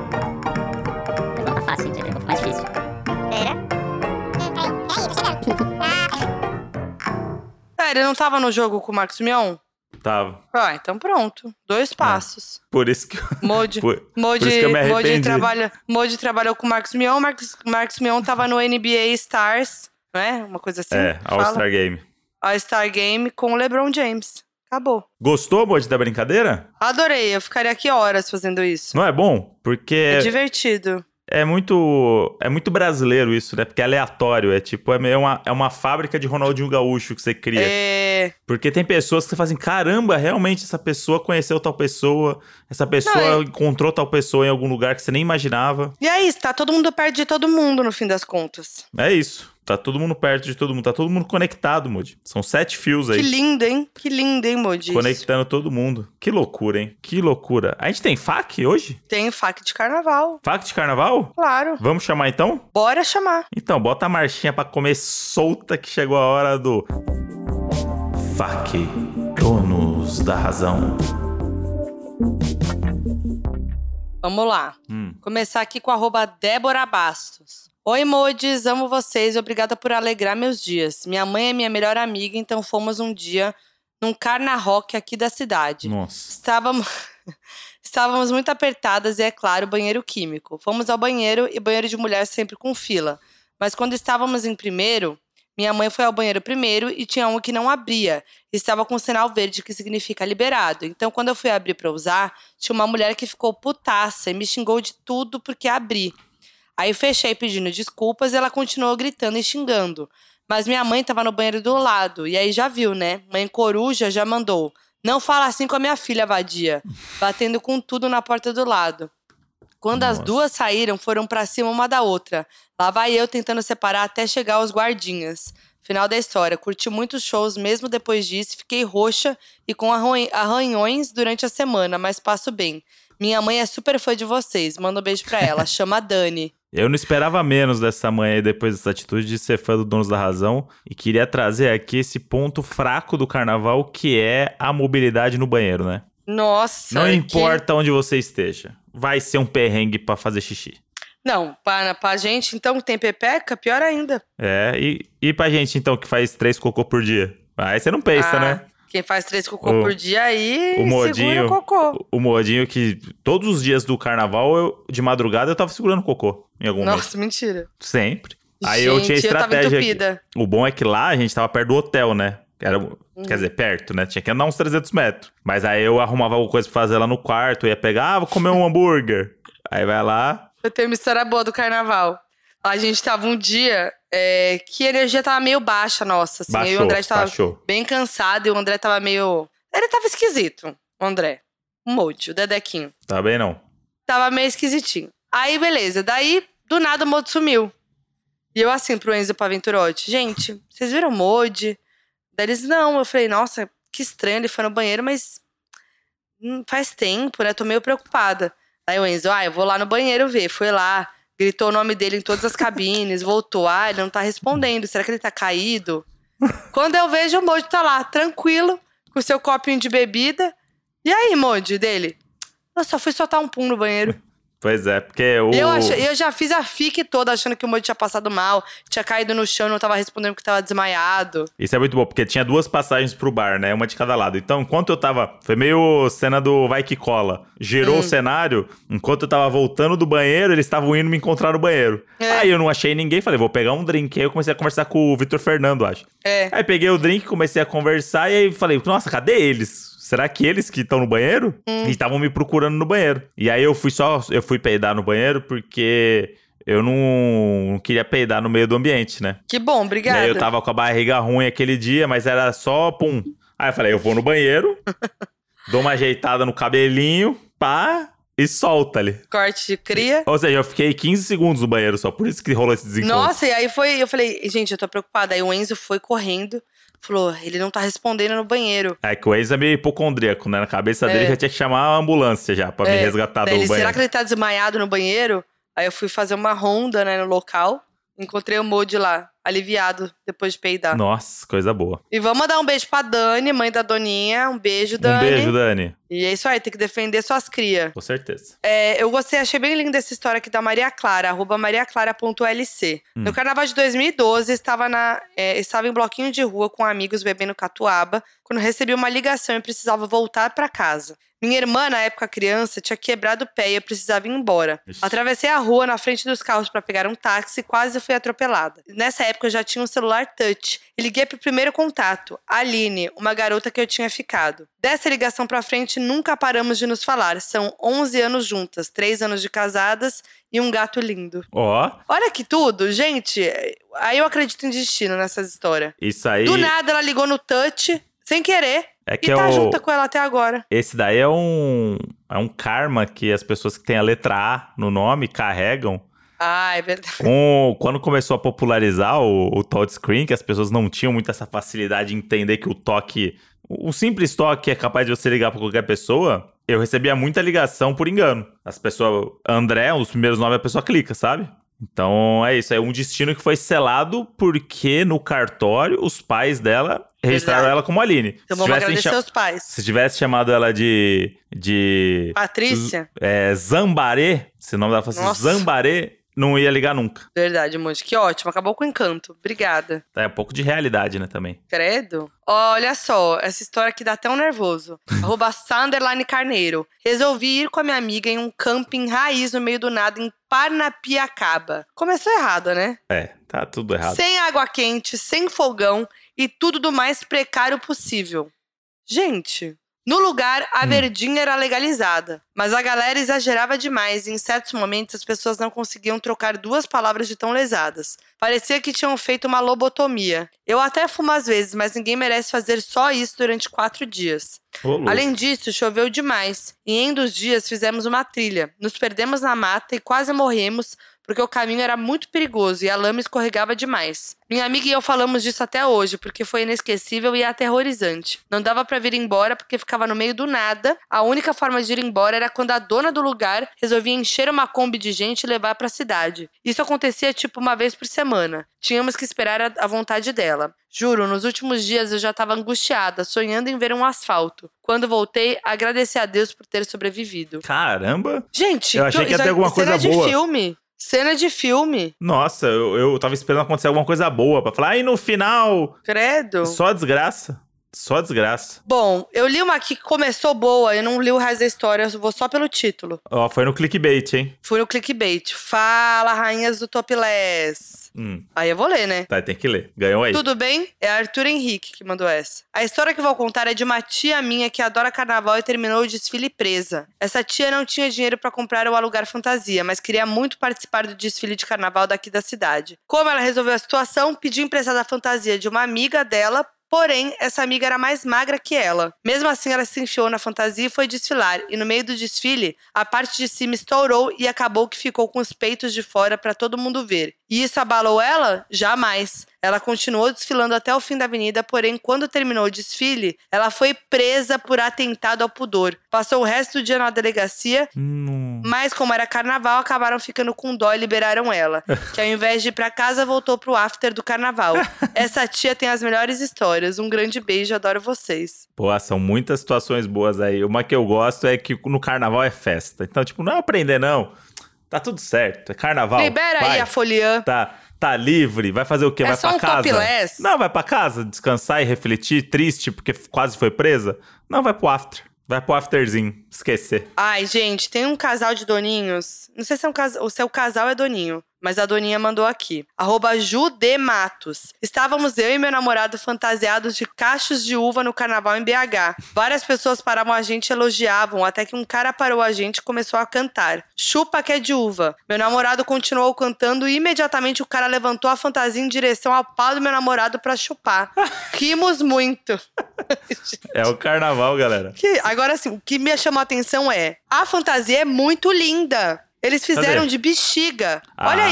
Mas não tá fácil, gente. É um pouco mais difícil. Pera. Ah, ele não tava no jogo com o Marcos Mion? Tá. Ah, então pronto. Dois passos. Por isso que. Modi. É. Por... Modi, por isso que eu me Modi, arrependi. trabalha, Modi trabalhou com o Marcos Mion. Marcos, Marcos Mion tava no NBA Stars, não é? Uma coisa assim. é, que fala. All-Star Game. All-Star Game com o LeBron James. Acabou. Gostou, Bode, da brincadeira? Adorei, eu ficaria aqui horas fazendo isso. Não é bom? Porque. É, divertido. É muito, é muito brasileiro isso, né? Porque é aleatório, é tipo, é meio uma, é uma fábrica de Ronaldinho Gaúcho que você cria. É... Porque tem pessoas que você fala assim, caramba, realmente essa pessoa conheceu tal pessoa, essa pessoa Não, é encontrou tal pessoa em algum lugar que você nem imaginava. E é isso, tá todo mundo perto de todo mundo no fim das contas. É isso. Tá todo mundo perto de todo mundo, tá todo mundo conectado, Moody. São sete fios Que aí. lindo, hein? Que lindo, hein, Modi? Conectando todo mundo. Que loucura, hein? Que loucura. A gente tem FAC hoje? Tem fac de carnaval, FAC de carnaval? claro. Vamos chamar então? Bora chamar. Então, bota a marchinha pra comer solta que chegou a hora do. FAC, donos da razão. Vamos lá. Hum. Começar aqui com arroba Débora Bastos. Oi, Modis, amo vocês, obrigada por alegrar meus dias. Minha mãe é minha melhor amiga, então fomos um dia num carna rock aqui da cidade. Nossa. Estávamos, estávamos muito apertadas e, é claro, banheiro químico. Fomos ao banheiro e banheiro de mulher sempre com fila. Mas quando estávamos em primeiro, Minha mãe foi ao banheiro primeiro e tinha um que não abria. Estava com um sinal verde que significa liberado. Então, quando eu fui abrir pra usar, tinha uma mulher que ficou putaça e me xingou de tudo porque abri. Aí fechei pedindo desculpas e ela continuou gritando e xingando. Mas minha mãe tava no banheiro do lado. E aí já viu, né? Mãe coruja já mandou. Não fala assim com a minha filha, vadia. Batendo com tudo na porta do lado. Quando as Nossa. duas saíram, foram pra cima uma da outra. Lá vai eu tentando separar até chegar aos guardinhas. Final da história. Curti muitos shows mesmo depois disso. Fiquei roxa e com arron- arranhões durante a semana, mas passo bem. Minha mãe é super fã de vocês. Manda um beijo pra ela. Chama a Dani. Eu não esperava menos dessa mãe aí, depois dessa atitude de ser fã do Donos da Razão. E queria trazer aqui esse ponto fraco do carnaval, que é a mobilidade no banheiro, né? Nossa. não que- importa onde você esteja, vai ser um perrengue pra fazer xixi. Não, pra, pra gente, então, que tem pepeca, pior ainda. É, e, e pra gente então que faz três cocô por dia? Aí você não pensa, Ah, né? Quem faz três cocô O- por dia aí, o segura modinho- o cocô. O modinho que todos os dias do carnaval, eu, de madrugada, eu tava segurando cocô em algum momento. Nossa, mentira. Sempre. Aí eu tinha Gente, Eu tava estratégia. aqui. entupida. Uhum. O bom é que lá a gente tava perto do hotel, né? Era, Quer dizer, perto, né? Tinha que andar uns 300 metros. Mas aí eu arrumava alguma coisa pra fazer lá no quarto, eu ia pegar, ah, vou comer um hambúrguer. Aí vai lá. Eu tenho uma história boa do carnaval. A gente tava um dia é, que a energia tava meio baixa, nossa. Assim, eu e o baixou, André tava baixou. bem cansado e o André tava meio. Ele tava esquisito, o André. Um monte, o Dedequinho. Tá bem, não. Tava meio esquisitinho. Aí, beleza. Daí, do nada, o Mode sumiu. E eu assim pro Enzo e pra Venturotti, gente, vocês viram o Mode? Daí eles, não. Eu falei, nossa, que estranho, ele foi no banheiro, mas hum, faz tempo, né? Tô meio preocupada. Aí o Enzo, ah, eu vou lá no banheiro ver. Foi lá, gritou o nome dele em todas as cabines, voltou. Ah, ele não tá respondendo, será que ele tá caído? Quando eu vejo, o Mode tá lá, tranquilo, com seu copinho de bebida. E aí, Mode, dele? Eu só fui soltar um pum no banheiro. Pois é, porque o. Eu, acho- eu já fiz a fic toda achando que o Moody tinha passado mal, tinha caído no chão, não tava respondendo que tava desmaiado. Isso é muito bom, porque tinha duas passagens pro bar, né? Uma de cada lado. Então, enquanto eu tava. Foi meio cena do Vai que cola. Girou Hum. o cenário. Enquanto eu tava voltando do banheiro, eles estavam indo me encontrar no banheiro. É. Aí eu não achei ninguém, falei, vou pegar um drink. Aí eu comecei a conversar com o Vitor Fernando, acho. É. Aí peguei o drink, comecei a conversar e aí falei, nossa, cadê eles? Será que eles que estão no banheiro? Hum. E estavam me procurando no banheiro. E aí eu fui só, eu fui peidar no banheiro porque eu não, não queria peidar no meio do ambiente, né? Que bom, E aí obrigada. eu tava com a barriga ruim aquele dia, mas era só pum. Aí eu falei, eu vou no banheiro, dou uma ajeitada no cabelinho, pá, e solta ali. Corte de cria. Ou seja, eu fiquei 15 segundos no banheiro só, por isso que rolou esse desencontro. Nossa, e aí foi. Eu falei, gente, eu tô preocupada. Aí o Enzo foi correndo, falou, ele não tá respondendo no banheiro. É que o Enzo é meio hipocondríaco, né? Na cabeça dele É. já tinha que chamar a ambulância já pra me É. resgatar do Daí ele, banheiro. será que ele tá desmaiado no banheiro? Aí eu fui fazer uma ronda, né, no local. Encontrei o Moody lá, aliviado, depois de peidar. Nossa, coisa boa. E vamos mandar um beijo pra Dani, mãe da Doninha. Um beijo, Dani. Um beijo, Dani. E é isso aí, tem que defender suas crias. Com certeza. É, eu gostei, achei bem linda essa história aqui da Maria Clara, arroba mariaclara.lc. No carnaval de 2012, estava, na, é, estava em bloquinho de rua com amigos bebendo catuaba, quando recebi uma ligação e precisava voltar para casa. Minha irmã, na época criança, tinha quebrado o pé e eu precisava ir embora. Ixi. Atravessei a rua na frente dos carros para pegar um táxi e quase fui atropelada. Nessa época eu já tinha um celular touch e liguei pro primeiro contato, Aline, uma garota que eu tinha ficado. Dessa ligação pra frente nunca paramos de nos falar. São 11 anos juntas, 3 anos de casadas e um gato lindo. Ó, Olha que tudo, gente. Aí eu acredito em destino nessas histórias. isso aí Do nada ela ligou no touch, sem querer, é e que é tá o... junta com ela até agora. Esse daí é um... É um karma que as pessoas que têm a letra A no nome carregam. Ah, é verdade. Com... Quando começou a popularizar o, o touchscreen, que as pessoas não tinham muito essa facilidade de entender que o toque... Um simples toque é capaz de você ligar pra qualquer pessoa. Eu recebia muita ligação por engano. As pessoas... André, um dos primeiros nomes, a pessoa clica, sabe? Então é isso, é um destino que foi selado porque no cartório os pais dela registraram Verdade. ela como Aline. Então se, vamos tivessem agradecer cha- aos pais. se tivesse chamado ela de. de. Patrícia, é, Zambaré, se o nome dela fosse Nossa. Zambaré, não ia ligar nunca. Verdade, Monte. Que ótimo. Acabou com o encanto. Obrigada. É um pouco de realidade, né, também. Credo. Olha só, essa história aqui dá até um nervoso. Arroba Sanderline Carneiro. Resolvi ir com a minha amiga em um camping raiz no meio do nada em Parnapiacaba. Começou errado, né? É, tá tudo errado. Sem água quente, sem fogão e tudo do mais precário possível. Gente, no lugar, a Hum. verdinha era legalizada, mas a galera exagerava demais e em certos momentos as pessoas não conseguiam trocar duas palavras de tão lesadas. Parecia que tinham feito uma lobotomia. Eu até fumo às vezes, mas ninguém merece fazer só isso durante quatro dias. Ô, louco. Além disso, choveu demais. E em um dos dias fizemos uma trilha. Nos perdemos na mata e quase morremos porque o caminho era muito perigoso e a lama escorregava demais. Minha amiga e eu falamos disso até hoje, porque foi inesquecível e aterrorizante. Não dava pra vir embora porque ficava no meio do nada. A única forma de ir embora era quando a dona do lugar resolvia encher uma Kombi de gente e levar pra cidade. Isso acontecia tipo uma vez por semana. Tínhamos que esperar a, a vontade dela. Juro, nos últimos dias eu já estava angustiada, sonhando em ver um asfalto. Quando voltei, agradeci a Deus por ter sobrevivido. Caramba! Gente, Eu achei que ia isso ter é alguma cena coisa de boa. filme. Cena de filme. Nossa, eu, eu tava esperando acontecer alguma coisa boa pra falar. Aí no final, Credo. só desgraça. Só desgraça. Bom, eu li uma aqui que começou boa, eu não li o resto da história, eu vou só pelo título. Ó, foi no clickbait, hein? Fui no clickbait. Fala, rainhas do topless. Hum, Aí eu vou ler, né? tá, tem que ler. Ganhou aí. Tudo bem? É Arthur Henrique que mandou essa. A história que vou contar é de uma tia minha que adora carnaval e terminou o desfile presa. Essa tia não tinha dinheiro pra comprar ou alugar fantasia, mas queria muito participar do desfile de carnaval daqui da cidade. Como ela resolveu a situação, pediu emprestada a fantasia de uma amiga dela. Porém, essa amiga era mais magra que ela. Mesmo assim, ela se enfiou na fantasia e foi desfilar. E no meio do desfile, a parte de cima estourou e acabou que ficou com os peitos de fora pra todo mundo ver. E isso abalou ela? Jamais. Ela continuou desfilando até o fim da avenida, porém, quando terminou o desfile, ela foi presa por atentado ao pudor. Passou o resto do dia na delegacia Hum, mas como era carnaval, acabaram ficando com dó e liberaram ela. Que ao invés de ir pra casa, voltou pro after do carnaval. Essa tia tem as melhores histórias. Um grande beijo, adoro vocês. Pô, ah, são muitas situações boas aí. Uma que eu gosto é que no carnaval é festa. Então, tipo, não é aprender, não. Tá tudo certo. É carnaval. Libera vai. aí a foliã. Tá, tá livre, vai fazer o quê? É vai só pra um casa? topless? Não, vai pra casa descansar e refletir, triste porque f- quase foi presa? Não, vai pro after. Vai pro afterzinho, esquecer. Ai, gente, tem um casal de doninhos. Não sei se é um cas... o seu casal é doninho. Mas a doninha mandou aqui. Arroba Judematos. Estávamos eu e meu namorado fantasiados de cachos de uva no carnaval em BH. Várias pessoas paravam a gente e elogiavam, até que um cara parou a gente e começou a cantar. Chupa que é de uva. Meu namorado continuou cantando e imediatamente o cara levantou a fantasia em direção ao pau do meu namorado pra chupar. Rimos muito. É o carnaval, galera. Que- agora, assim, o que me chamou a atenção é: a fantasia é muito linda. Eles fizeram Cadê? de bexiga. Olha Ah.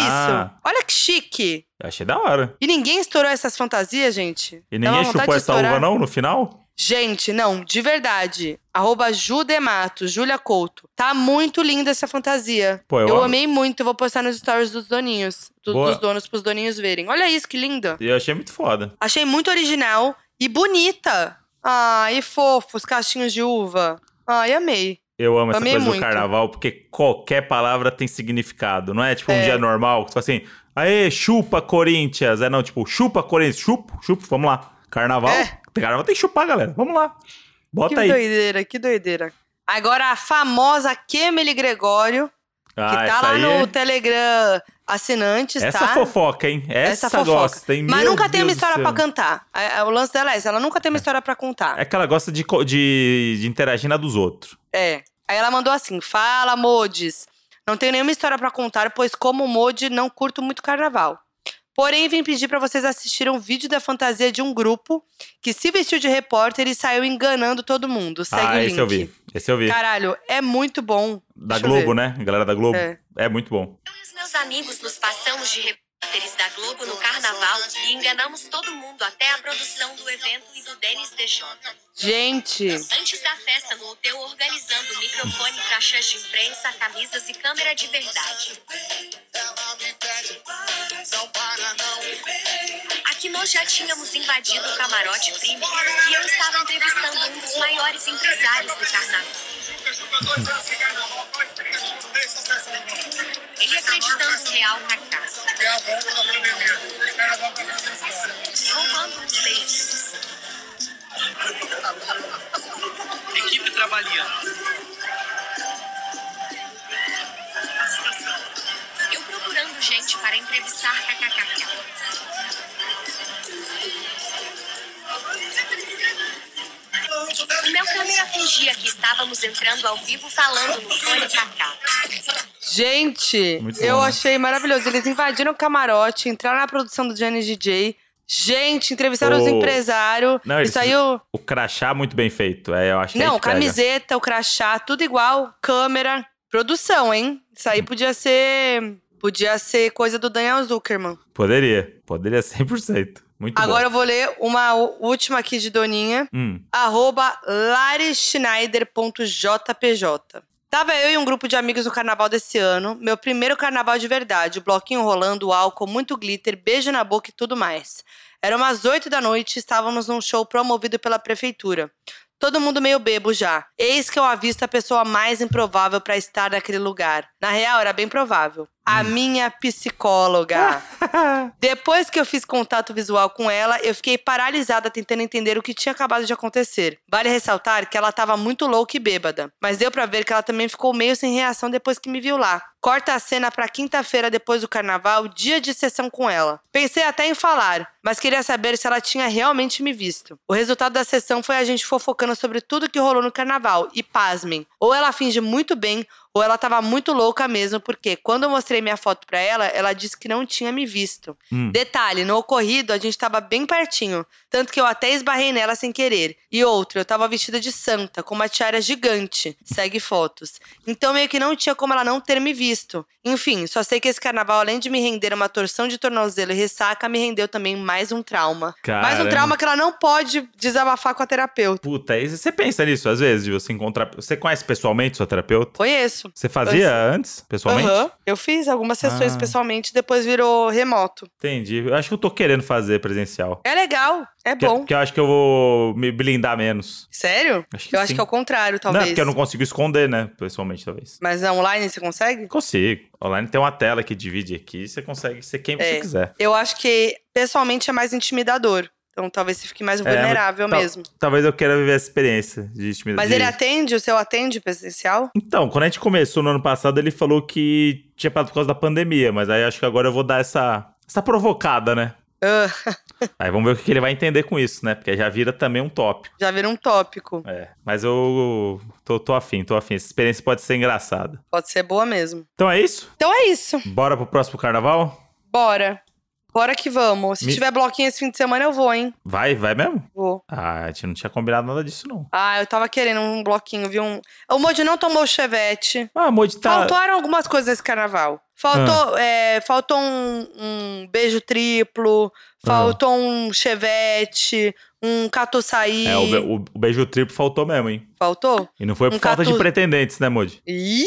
isso. Olha que chique. Eu achei da hora. E ninguém estourou essas fantasias, gente. E Dá uma ninguém vontade chupou de essa estourar. uva, não, no final? Gente, não, de verdade. Arroba Judemato, Julia Couto. Tá muito linda essa fantasia. Pô, eu eu amo. amei muito. Vou postar nos stories dos doninhos. do- Boa. dos donos pros doninhos verem. Olha isso, que linda. Eu achei muito foda. Achei muito original e bonita. Ai, fofo, os cachinhos de uva. Ai, amei. Eu amo essa Amei coisa muito. do carnaval, porque qualquer palavra tem significado. Não é tipo um É. dia normal, que você fala assim, aê, chupa Corinthians. É não, tipo, chupa Corinthians, chupa, chupa, vamos lá. Carnaval, É. carnaval tem que chupar, galera. Vamos lá. Bota que aí. doideira, que doideira. Agora a famosa Kemily Gregório, que Ah, tá essa lá aí no é- Telegram assinantes, Essa tá? fofoca, hein? Essa, gosta, hein? Mas Meu nunca tem Deus uma do história céu. pra cantar. A- a- O lance dela é esse, ela nunca tem uma história pra contar. É que ela gosta de, co- de, de interagir na dos outros. É. Aí ela mandou assim: fala, Modes. Não tenho nenhuma história pra contar, pois como Mode, não curto muito carnaval. Porém, vim pedir pra vocês assistirem um vídeo da fantasia de um grupo que se vestiu de repórter e saiu enganando todo mundo. Segue ah, o esse link. eu vi. Esse eu vi. Caralho, é muito bom. da deixa eu Globo, ver. né? A galera da Globo. É. É. muito bom. Eu e os meus amigos nos passamos de repórteres da Globo no carnaval e enganamos todo mundo até a produção do evento e do Denis DJ. Gente, Antes da festa no hotel organizando microfone, caixas de imprensa, camisas e câmera de verdade. Aqui nós já tínhamos invadido o camarote premium e eu estava entrevistando um dos maiores empresários do carnaval. Ele acreditando Real Cacá. É a volta da pandemia. É a volta da história. Roubando um os leitos. Equipe trabalhando. Eu procurando gente para entrevistar KKKK. Meu câmera fingia que estávamos entrando ao vivo falando no fone Kaká. Gente, Muito eu bom. achei maravilhoso. Eles invadiram o camarote, entraram na produção do Gianni DJ. Gente, entrevistaram os Oh. empresários. Não, eles- Isso aí o- O crachá muito bem feito. É, eu acho que Não, aí pega. camiseta, o crachá, tudo igual. Câmera, produção, hein? Isso aí podia ser. Podia ser coisa do Daniel Zuckerman. Poderia. Poderia 100%. Muito Agora um bom. eu vou ler uma u- última aqui de Doninha. Hum, arroba larischneider.jpj. Tava eu e um grupo de amigos no carnaval desse ano, meu primeiro carnaval de verdade, o bloquinho rolando, álcool, muito glitter, beijo na boca e tudo mais. Era umas 8 da noite, estávamos num show promovido pela prefeitura. Todo mundo meio bebo já. Eis que eu avisto a pessoa mais improvável pra estar naquele lugar. Na real, era bem provável. A minha psicóloga. Depois que eu fiz contato visual com ela, eu fiquei paralisada tentando entender o que tinha acabado de acontecer. Vale ressaltar que ela tava muito louca e bêbada, mas deu pra ver que ela também ficou meio sem reação depois que me viu lá. Corta a cena pra quinta-feira depois do carnaval, dia de sessão com ela. Pensei até em falar, mas queria saber se ela tinha realmente me visto. O resultado da sessão foi a gente fofocando sobre tudo que rolou no carnaval e pasmem, ou ela finge muito bem ou ela tava muito louca mesmo, porque quando eu mostrei minha foto pra ela, ela disse que não tinha me visto. hum. Detalhe, no ocorrido a gente tava bem pertinho, tanto que eu até esbarrei nela sem querer. E outra, eu tava vestida de santa, com uma tiara gigante. Segue fotos. Então meio que não tinha como ela não ter me visto. Enfim, só sei que esse carnaval, além de me render uma torção de tornozelo e ressaca, me rendeu também mais um trauma. Mais um Caramba. trauma que ela não pode desabafar com a terapeuta. Puta, e você pensa nisso às vezes, de você encontrar. Você conhece pessoalmente sua terapeuta? Conheço. Você fazia antes, pessoalmente? Aham. Eu fiz algumas sessões Ah. pessoalmente, depois virou remoto. Entendi. Eu acho que eu tô querendo fazer presencial. É legal, é Que- bom. Que, eu acho que eu vou me blindar menos. Sério? Acho que Eu sim. acho que é o contrário, Não, é talvez. porque eu não consigo esconder, né? Pessoalmente, talvez. Mas é online você consegue? Consigo. Online tem uma tela que divide aqui, você consegue ser quem você É. quiser. Eu acho que pessoalmente é mais intimidador. Então talvez você fique mais vulnerável É, tal- mesmo. Talvez eu queira viver essa experiência de intimidade. Mas de- ele é- atende, o seu atende presencial? Então, quando a gente começou no ano passado, ele falou que tinha parado por causa da pandemia, mas aí acho que agora eu vou dar essa, essa provocada, né? Ah, Aí vamos ver o que que ele vai entender com isso, né? Porque já vira também um tópico. já virou um tópico. É. Mas eu tô, tô afim, tô afim. Essa experiência pode ser engraçada. Pode ser boa mesmo. Então é isso? Então é isso. Bora pro próximo carnaval? Bora. Bora que vamos. Se Me- tiver bloquinho esse fim de semana, eu vou, hein? Vai, vai mesmo? Vou. Ah, a gente não tinha combinado nada disso, não. Ah, eu tava querendo um bloquinho, viu? Um... O Moji não tomou o chevette. Ah, amor de tá. Ah. Faltaram algumas coisas nesse carnaval. Faltou, é, faltou um, um beijo triplo, Ah. faltou um chevette, um catuçaí. É, o, be- o- o beijo triplo faltou mesmo, hein? Faltou? E não foi por Um falta de catu- pretendentes, né, Moody? Ih!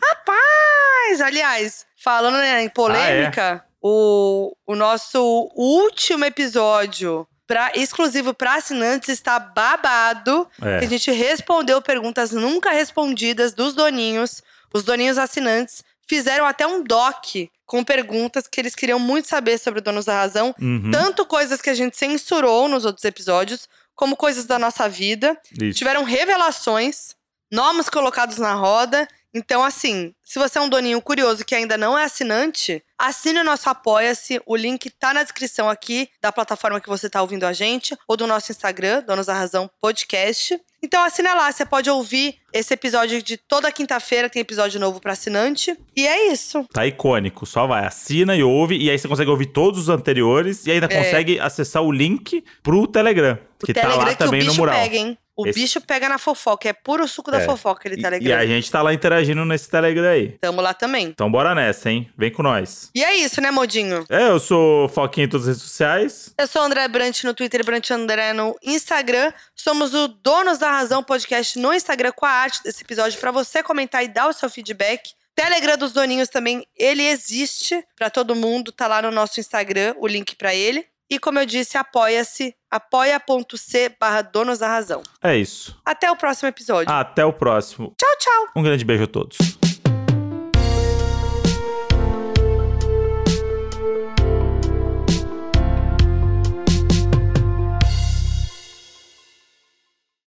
Rapaz! Aliás, falando né, Ah, em é. polêmica, o, o nosso último episódio pra, exclusivo para assinantes está babado. que a É. gente respondeu perguntas nunca respondidas dos doninhos. Os doninhos assinantes fizeram até um doc com perguntas que eles queriam muito saber sobre o Donos da Razão. Uhum, Tanto coisas que a gente censurou nos outros episódios, como coisas da nossa vida. isso. Tiveram revelações, nomes colocados na roda. Então, assim, se você é um doninho curioso que ainda não é assinante, assine o nosso Apoia-se. O link tá na descrição aqui da plataforma que você tá ouvindo a gente ou do nosso Instagram, Donos da Razão Podcast. Então assina lá, você pode ouvir esse episódio de toda quinta-feira, tem episódio novo pra assinante. E é isso. Tá icônico. Só vai, assina e ouve. E aí você consegue ouvir todos os anteriores É. e ainda consegue acessar o link pro Telegram. que tá lá que o também bicho no mural. pega, hein? O Esse- bicho pega na fofoca, é puro suco da É. fofoca ele E- Telegram. e a gente tá lá interagindo nesse Telegram aí. Tamo lá também. Então bora nessa, hein? Vem com nós. E é isso, né, Modinho? É, eu sou Foquinha em todas as redes sociais. Eu sou o André Brant no Twitter, Brant André no Instagram. Somos o Donos da Razão Podcast no Instagram com a arte desse episódio pra você comentar e dar o seu feedback. Telegram dos Doninhos também, ele existe pra todo mundo, tá lá no nosso Instagram, o link pra ele. E como eu disse, apoia-se, apoia.c barra Donos da Razão. É isso. Até o próximo episódio. Até o próximo. Tchau, tchau! Um grande beijo a todos.